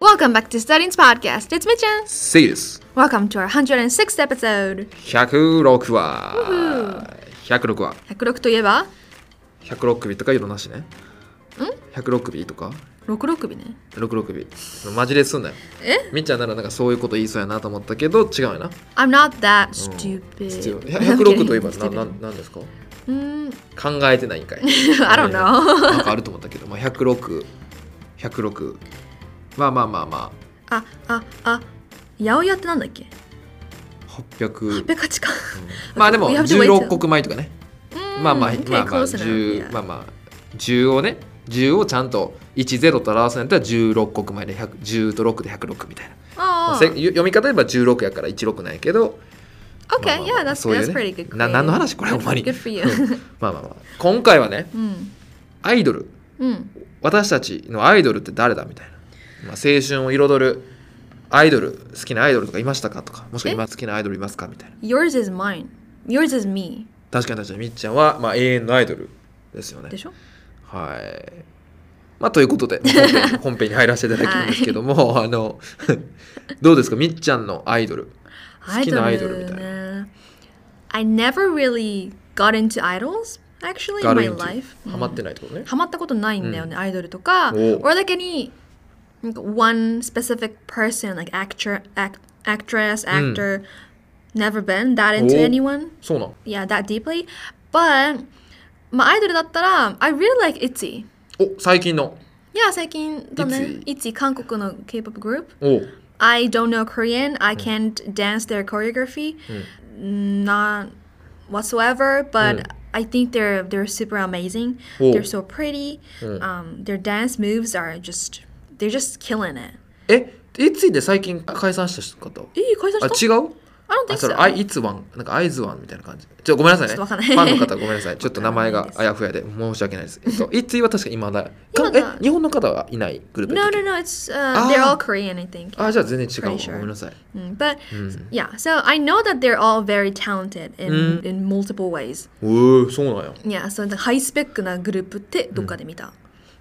Welcome back to Studying's podcast. It's Mitchan. セイです。 Welcome to our 106th episode. 106話。106話。 106といえば106首とかいうのなしね。ん ?106 首とか66首ね。 ?66 首。マジですんなよ。えみっちゃんならなんかそういうこと言いそうやなと思ったけど違うよな。 I'm not that stupid. 必要。 I'm kidding. 106といえばな Stupid. ななんですかうーん、考えてないんかい。 I don't な know. んかあると思ったけど、まあ、106、106。まあまあまあまあ、あ、あ、八百屋ってなんだっけあ、800。ペカチカ。まあでも We have to wait till- 16国米とかね。まあまあ、 Mm, okay, まあま close あ、enough. 十 Yeah. まあまあ、十をね、十をちゃんと一ゼロと表すんやったら十六国前で百十と六で百六みたいな。まああせあ読み方で言えば十六やから一六なんやけど、まあ Okay, まあ Oh, yeah, まあ that's そういう that's ね pretty good. な grade. 何の話これ Good- ほんまに Good for you. Mm, まあまあまあ、今回はね、うん。アイドル、うん。私たちのアイドルって誰だみたいな。まあ、青春を彩るアイドル、好きなアイドルとかいましたかとか、もしくは今好きなアイドルいますかみたいな。 Yours is mine. Yours is me. 確かに確かにみっちゃんは、まあ、永遠のアイドルですよねで。しょはい。まあ、ということで、本編本編に入らせていただくんですけども、あの、どうですか、みっちゃんのアイドル。好きなアイドルみたいな。な。I never really got into idols actually ガ in ル my イン life. ハマってないってことね。ハマったことないんだよね、アイドルとか。お or like any like one specific person like actor, act, actress, actor. Never been that into お anyone. そうなん。 Yeah, that deeply. But まあアイドルだったら I really like ITZY. お、最近の。 Yeah, 最近だね。 ITZY ITZY 韓国の K-pop グループ。お、 I don't know Korean. I can't dance their choreography, not whatsoever. But I think they're they're super amazing. Oh. They're so pretty. Um, their dance moves are just they're just killing it. え、いついで最近解散した方え解散あ、した違う I don't あ、 think そ so. れ、あいつワン、なんかアイズワンみたいな感じ。ちょ、ごめんなさいね。ちょっとわかんないファンの方ごめんなさい。ちょっと名前わがかんないあやふやで申し訳ないです。えっと、いついは確か今だ。今かだえ、日本の方はいないグループ no, だ no, っ no. It's uh, they're all Ah. Korean, I think. けあ、じゃあ全然違うわ。 Pretty sure ごめんなさい。 Mm, but yeah, so I know that they're all very talented in in multiple ways. おお、そうなんや。 Yeah, so the high spec なグループってどっかで見た。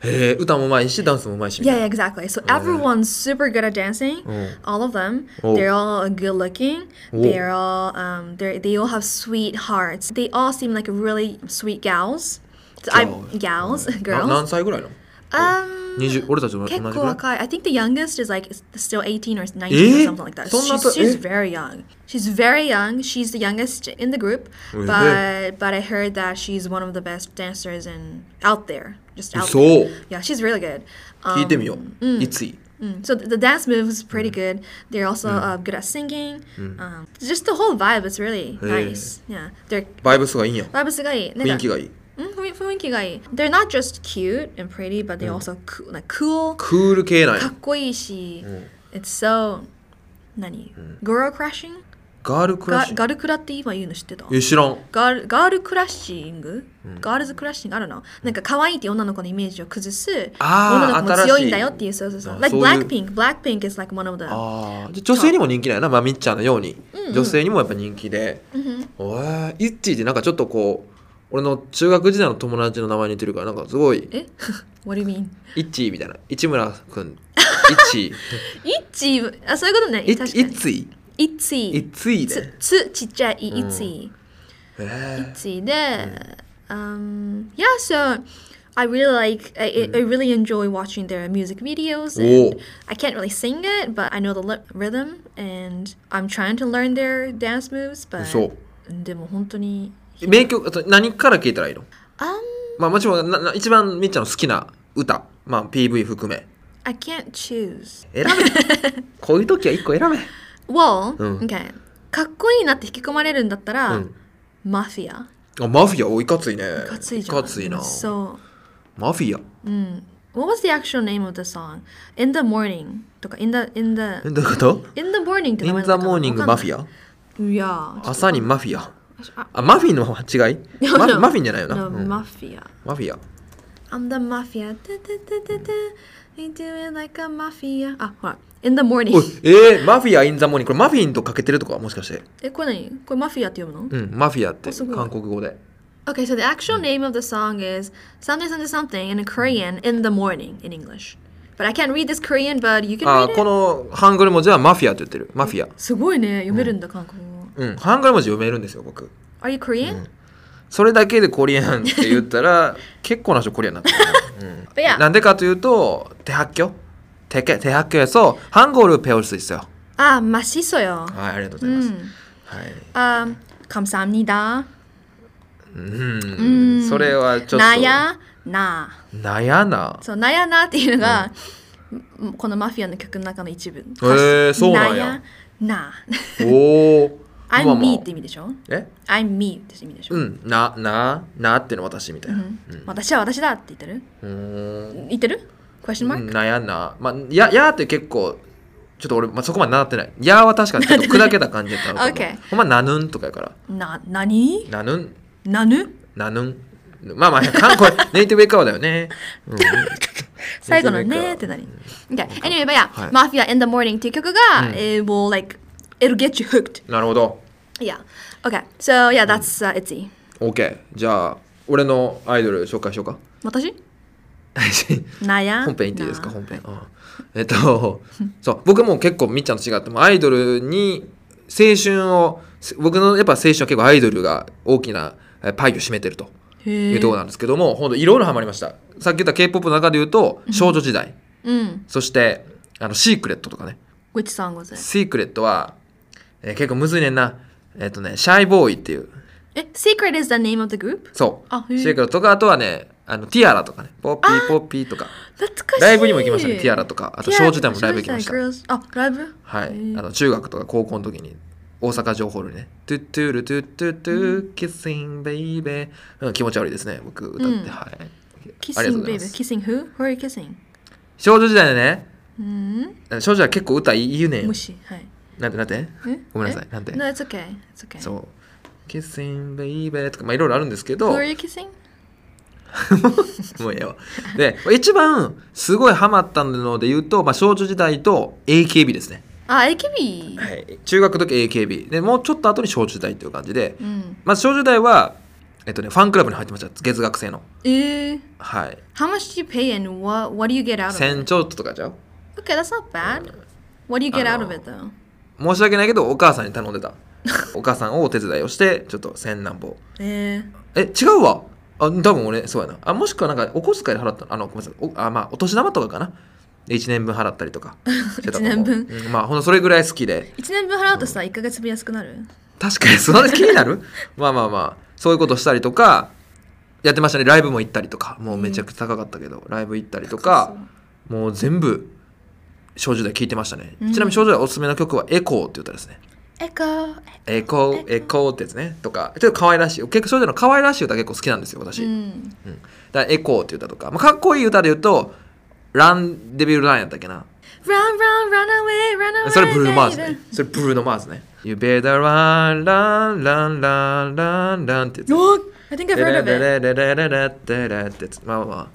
へえ、歌もうまいし、ダンスもうまいし。みたい Yeah, な yeah, Mm. exactly. So everyone's super good at dancing. All of them. Oh. They're all good looking. Oh. They're all um, they they all have sweet hearts. They all seem like really sweet gals. So I gals, な girls. 何歳ぐらいの Um, 20俺たちと同じぐらい I think the youngest is like s- still 18 or 19 or Eh? something like that. そんな She's, と- she's え? very young. She's very young. She's the youngest in the group. Oh, yeah. But but I heard that she's one of the best dancers in out there. Just out 嘘 there. Yeah, she's really good. Um, 聞いてみよういつい Mm, So th- the dance moves pretty good. Mm. They're also uh, good at singing. Um, just the whole vibe is really nice. Yeah, they're バイブスがいいんや vibe すごい。雰囲気がいい雰囲気がいい。They're not just cute and pretty, but Mm. they're also cool, like cool. クール系なんや Mm. かっこいいし、It's so 何 ?Girl crashing? ガールクラッガシュガルクラって今言うの知ってたえ知らんガールガールクラッシング、Mm. ガールズクラッシングあるのなんか可愛いって女の子のイメージを崩すあー女の子も新しい強いんだよっていうそうそうそうあ Like そういう Blackpink Blackpink is like one of the ああ女性にも人気なんやなまあみっちゃんのように女性にもやっぱ人気でえいついってなんかちょっとこう俺の中学時代の友達の名前に似てるからなんかすごいえ What do you mean? いっちーみたいな市村く んいっちイッチーあそういうことねーい確かっについイッチいーっついつでつちっちゃいイッチーえで、um, yeah, so I really like, I, I I really enjoy watching their music videos. Whoa. And I can't really sing it, but I know the lip- rhythm, and I'm trying to learn their dance moves. But そうでも本当に、名曲あと何から聞いたらいいの um, まあもちろんなな一番みっちゃんの好きな歌まあ PV 含め I can't choose. 選べこういう時は一個選べ Well, うん okay. かっこいいなって引き込まれるんだったら、うんマフィア。あマフィアおいかついねいかついじゃん。かついな So, マフィア what was the actual name of the song? In the morning とか、in the in the えどういうこと in the morning ってイ名ン前ザモーニングマフアィアいやー、朝にマフィアああマフィンの違いマフィンマフィンじゃないよな、 No, うんマ mafia. フィア I'm the mafia. Da, da, da, da, da. We do it like a mafia. あ、ほら。In the お morning. いえー、マフィアインザモーニングこれマフィンとかけてるとかもしかしてえ、これ何これマフィアって読むの、うんマフィアってあすごい韓国語で ?Okay, so the actual name of the song is something something something in Korean in the morning in English. But I can't read this Korean, but you can あ read ーこ it. のハングル文字はマフィアって言ってるマフィアすごいね。読めるんだ、韓国語。うんハングル文字読めるんですよ僕 Are you Korean? それだけでコリアンって言った ら結構な人コリアンになってる、 But yeah. なんでかというと手発狂手け手発狂やそうハングルペオルスですよあ、マシソよ。はいありがとうごうざいます、ん。はいあ、감사합니다。 うんそれはちょっとなやな。悩 なそう、なやなっていうのが、んこのマフィアの曲の中の一部。へーそうなんやなやおおな。I'm me って意味でしょえ ?I'm me って意味でしょ、うんなななっての私みたいうなん私は私だって言ってるうん言ってる ?question う mark? んなやなまあややって結構ちょっと俺、まあ、そこまでなってないやは確かにちょっと砕けた感じだった のか Okay もほんまなぬんとかやからな、なになぬんなぬなぬんまあまあ韓国ネイティブエカオだよね、うん最後のネイティブエねカって何 ?Okay, anyway, but yeah,、はい Mafia in the Morning っていう曲が、it will like, it'll get you hooked. なるほど Yeah. Okay, so yeah, that's、uh, itsy. OK じゃあ俺のアイドル紹介しようか私なや本編行っていいですかな本編、うんえっ とそう僕も結構みっちゃんと違ってもうアイドルに青春を僕のやっぱ青春は結構アイドルが大きなえパイを占めてるとへいうえところなんですけども本当いろいろハマりましたさっき言った k p o p の中で言うと少女時代、うん。そしてあのシークレットとかね Which song was it? シークレットは、えー結構むずいねんなえっとねシャイボーイっていうえ、Secret Eh, is the name of the group? そうあへーシークレットとかあとはねあのティアラとかねポッピーポッピーとか懐かしい。ライブにも行きましたねティアラとかあとティア少ラ女時代もライブ行きました少女時代 girls- あ、ライブはい、あーの中学とか高校の時に大阪城ホールね「トゥットゥルトゥットゥトゥキッシンベイベー」うん、気持ち悪いですね僕歌って、うんはいありが Kissing とうござい baby. ます Kissing who? Who are you kissing? 少女時代でねうん少女は結構歌いいいねん虫。はい。なんてなんてえごめんなさいなんて No, it's okay. It's okay. そう「キッシンベイベー」とかまあいろいろあるんですけ Who ど are you kissing? もうええわで一番すごいハマったので言うと、まあ、少女時代と AKB ですね、あ、AKB。はい、中学の時 AKB でもうちょっと後に少女時代っていう感じでうん。まず少女時代は、えっとね、ファンクラブに入ってました月額制のえー、はい How much do you pay and what, what do you get out of it? 1000ちょっととかじゃう Okay, that's not bad. What do you get out of it though? 申し訳ないけどお母さんに頼んでたお母さんをお手伝いをしてちょっと1000何本ええ違うわあ多分俺そうやなあもしくはなんかお小遣いで払ったのあのごめんなさいおあまあお年玉とかかなで1年分払ったりとかしてたと思う一年うんまあほんとそれぐらい好きでー、1年分払うとさ、1ヶ月分安くなる確かにそれ気になる まあまあまあそういうことしたりとかやってましたねライブも行ったりとかもうめちゃくちゃ高かったけど、ライブ行ったりとかもう全部少女で聴いてましたね、うんちなみに少女でおすすめの曲は「エコー」って言ったですねエコー。 「エコー」「エコー」ってやつねとかちょっと可愛らしい結構少女の可愛らしい歌結構好きなんですよ私、うん。だから「エコー」っていう歌とか、まあ、かっこいい歌で言うと「ランデビルラン」やったっけな Run, run, run away, run away. それブルーノ・マーズ baby ねそれブルーノ・マーズね「You better run run run run run run」ってやつ Oh, I think I've heard of it. ってやつまあまあま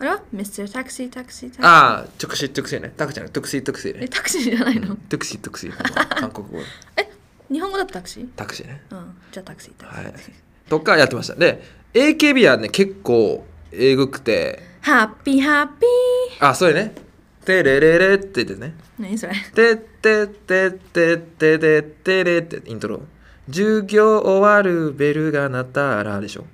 あら ?Mr. タクシータクシータクシー。あああトゥクシートゥクシーねタクちゃんトゥクシートゥクシーえ、ねタクシーじゃないの、トゥクシートゥクシー韓国語え、日本語だとタクシータクシーねうん。じゃあタクシータクシー。はいとかやってましたで AKB はね結構えぐくてハッピーハッピー。あそれね「テレレレ」って言ってね何それ「テテテテテテテレ」ってイントロ「授業終わるベルが鳴ったら」でしょ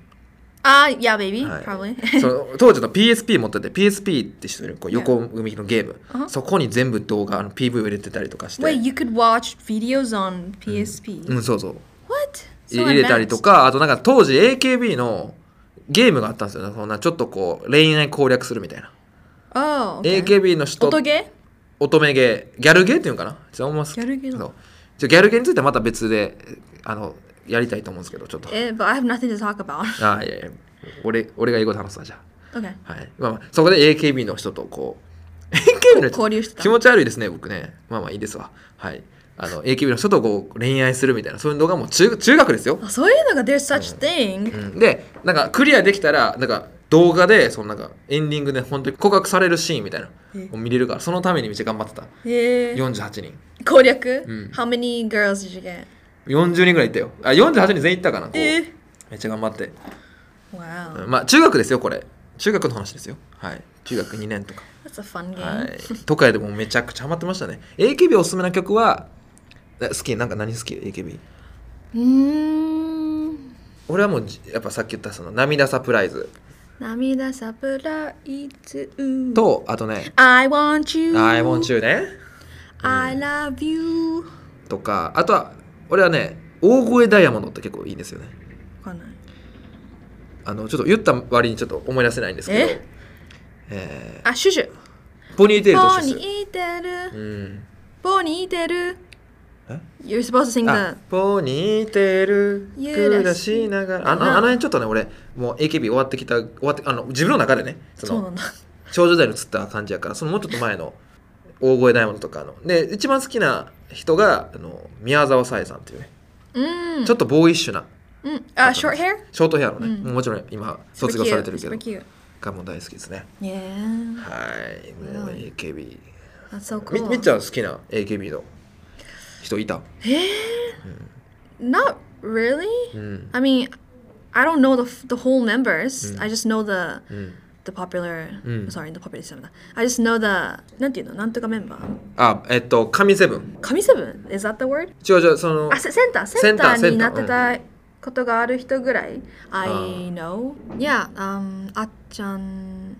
あ、いや、ベビはいー。probably。その当時の PSP 持ってて PSP って知ってるこう横向きのゲーム、 Uh-huh. そこに全部動画あの PV を入れてたりとかし て Wait, you could watch videos on PSP. うんそうそうう What? い入れたりとかあとなんか当時 AKB のゲームがあったんですよねそんなちょっとこう恋愛攻略するみたいな、 Oh, okay. AKB の人音ゲ乙女ゲーギャルゲーっていうのかなちょっと思いますギャルゲーなそのうちょギャルゲーについてはまた別であのやりたいと思うんですけどちょっとーえ、but I have nothing to talk about. あいやいや俺俺が英語で話すわじゃ Okay. あ、はいまあまあ、そこで AKB の人とこう AKB の人交流してた気持ち悪いですね僕ねまあまあいいですわはいあの AKB の人とこう恋愛するみたいなそういう動画も中中学ですよあそういうのが there's such thing. うんでなんかクリアできたらなんか動画でそのなんかエンディングで本当に告白されるシーンみたいなえを見れるからそのためにめっちゃ頑張ってたえー、 48人攻略、うん ?How many girls did you get? 40人ぐらいいったよあ48人全員いったかなこうえめっちゃ頑張ってー、wow. うんまあ中学ですよこれ中学の話ですよはい中学2年とか That's a fun game. はいとかでもめちゃくちゃハマってましたね AKB おすすめな曲はえ好きなんか何好き AKB うーん。俺はもうじやっぱさっき言ったその涙サプライズ涙サプライズ。とあとね I want 「 you. I want you」ね I love you. とかあとは俺はね大声ダイヤモンドって結構いいですよねわかんない。あのちょっと言った割にちょっと思い出せないんですけどええあ、シュシュ。ーポニーテールとボシュシニーテル。ュうんボニーテルえ。 You're supposed to sing あ the. ポニーテール揺暮ららししながらあのなあの辺ちょっとね俺もう AKB 終わってきた終わってあの自分の中でねそそうの なんだ。少女代に移った感じやからそのもうちょっと前の大声ダイヤモンドとかので一番好きな人があの宮沢さえさんっていうね、うんちょ。っとボーイッシュなうん。あ、short mm. Ah, hair? ショートヘアのね、うんもうもちろん今卒業されてるけど Super cute. がもう大好きですね Yeah. はいもうんう AKB、 That's so cool. みみっちゃん好きな AKB の人いた、 Not really. うん、 I mean, I don't know the f- the whole members. I just know the ん the popular. うん Sorry, the popular seven. I just know the なんていうのなんとかメンバー。あえっと神セブン神 seven is that the word? 違う違うそのあセセンターセセンンタータセーンターになってたことがある人ぐらい。I ー know. Yeah. Um, あっちゃん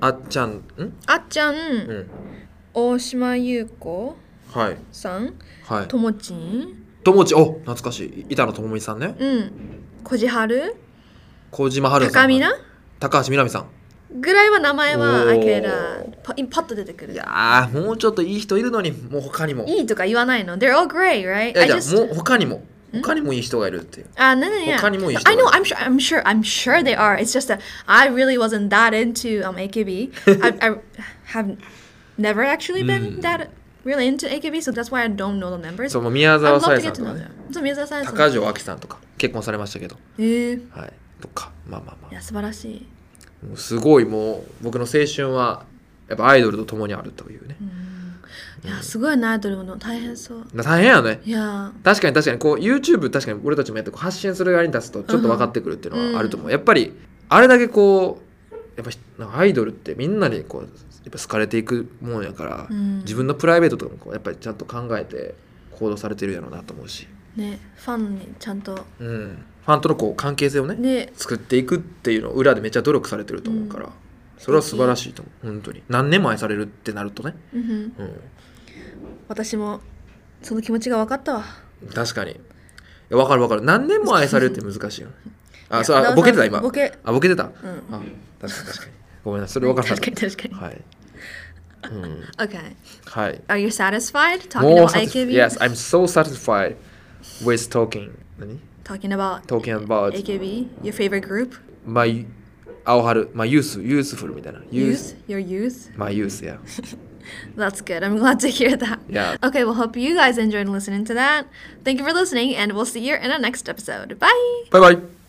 あっちゃんんあっちゃん、うん大島優子はいさんはいともちんともちお懐かしい板野友美さんねうんこじはる小島春菜さ高ん見な高橋みなみさんぐらいは名前はおー I could、uh, パパッと出てくるい。やーもうちょっといい人いるのにもう他にもいいとか言わないの They're all great, right? いや I じゃ just... Ah, もう他にも他にもいい人がいるっていうあ、なんだね。他にもいい人 I know, I'm sure, I'm sure, I'm sure they are. It's just that I really wasn't that into um, AKB. I, I have never actually been Hmm. that really into AKB, so that's why I don't know the members. そうもう宮 I'd 沢 love さ to えさ get to んとか know ね them. そう、水田さんさん。高城亜希さんとか結婚されましたけどえー、はいとかまあまあまいや、素晴らしい。あもうすごいもう僕の青春はやっぱアイドルと共にあるというね、Hmm. い Hmm. や、すごいな、アイドルの大変そう。まあ大変やねいや確かに確かにこう YouTube 確かに俺たちもやってこう発信する側に立つとちょっと分かってくるっていうのはあると思う、やっぱりあれだけこうやっぱひなんかアイドルってみんなにこうやっぱ好かれていくもんやから、うん自分のプライベートとかもこうやっぱりちゃんと考えて行動されてるやろうなと思うし、ー、ね、ファンにちゃんと。うん、ファンとのこう関係性をねね、作っていくっていうのを裏でめっちゃ努力されてると思うから、それは素晴らしいと思う本当に何年も愛されるってなるとね、うんふん、う私もその気持ちが分かったわ。ん、確かにいや分かる分かる何年も愛されるって難しいよねあそ ういやあボケてた今ボケあボケてた、あうん。確かに確かにごめんなさいそれ分からな確かに確かに。はい、うん、 Okay. はい。 Are you satisfied talking もう about サティ AKB? Yes, I'm so satisfied with talking 何 Talking about talking about AKB, your favorite group, my 青春 my youth youthful みたいな youth, your youth. my youth yeah That's good. I'm glad to hear that. Yeah. Okay, well, hope you guys enjoyed listening to that. Thank you for listening, and we'll see you in our next episode. Bye. バイバイ